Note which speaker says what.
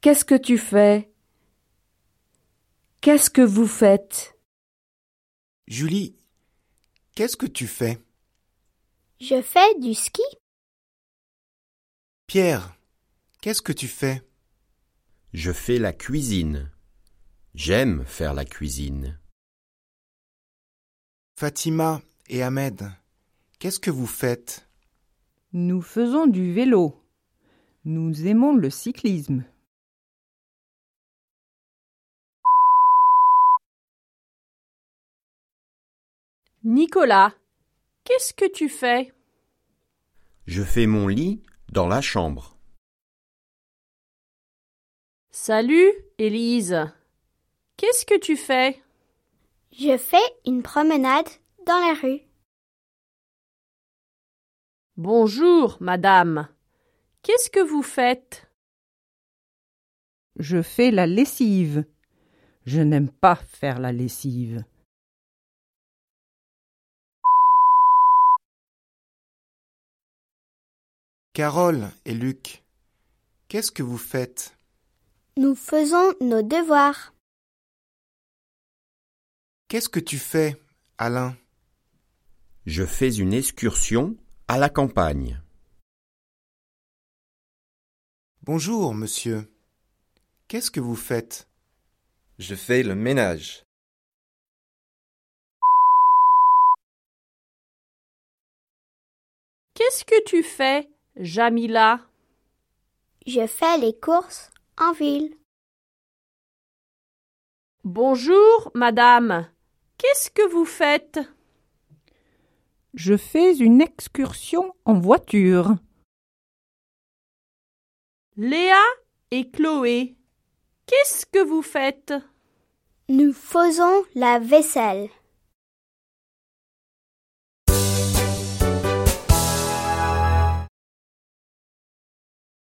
Speaker 1: Qu'est-ce que tu fais Qu'est-ce que vous faites
Speaker 2: Julie, qu'est-ce que tu fais
Speaker 3: Je fais du ski.
Speaker 2: Pierre, qu'est-ce que tu fais
Speaker 4: Je fais la cuisine. J'aime faire la cuisine.
Speaker 2: Fatima et Ahmed, qu'est-ce que vous faites
Speaker 5: Nous faisons du vélo. Nous aimons le cyclisme.
Speaker 6: Nicolas, qu'est-ce que tu fais
Speaker 4: Je fais mon lit dans la chambre.
Speaker 6: Salut, Élise. Qu'est-ce que tu fais
Speaker 3: Je fais une promenade dans la rue.
Speaker 6: Bonjour, madame. Qu'est-ce que vous faites
Speaker 5: Je fais la lessive. Je n'aime pas faire la lessive.
Speaker 2: Carole et Luc, qu'est-ce que vous faites
Speaker 3: Nous faisons nos devoirs.
Speaker 2: Qu'est-ce que tu fais, Alain
Speaker 4: Je fais une excursion à la campagne.
Speaker 2: Bonjour, monsieur. Qu'est-ce que vous faites
Speaker 7: Je fais le ménage.
Speaker 6: Qu'est-ce que tu fais, Jamila
Speaker 3: Je fais les courses en ville.
Speaker 6: Bonjour, madame. Qu'est-ce que vous faites
Speaker 5: Je fais une excursion en voiture.
Speaker 6: Léa et Chloé, qu'est-ce que vous faites
Speaker 3: Nous faisons la vaisselle.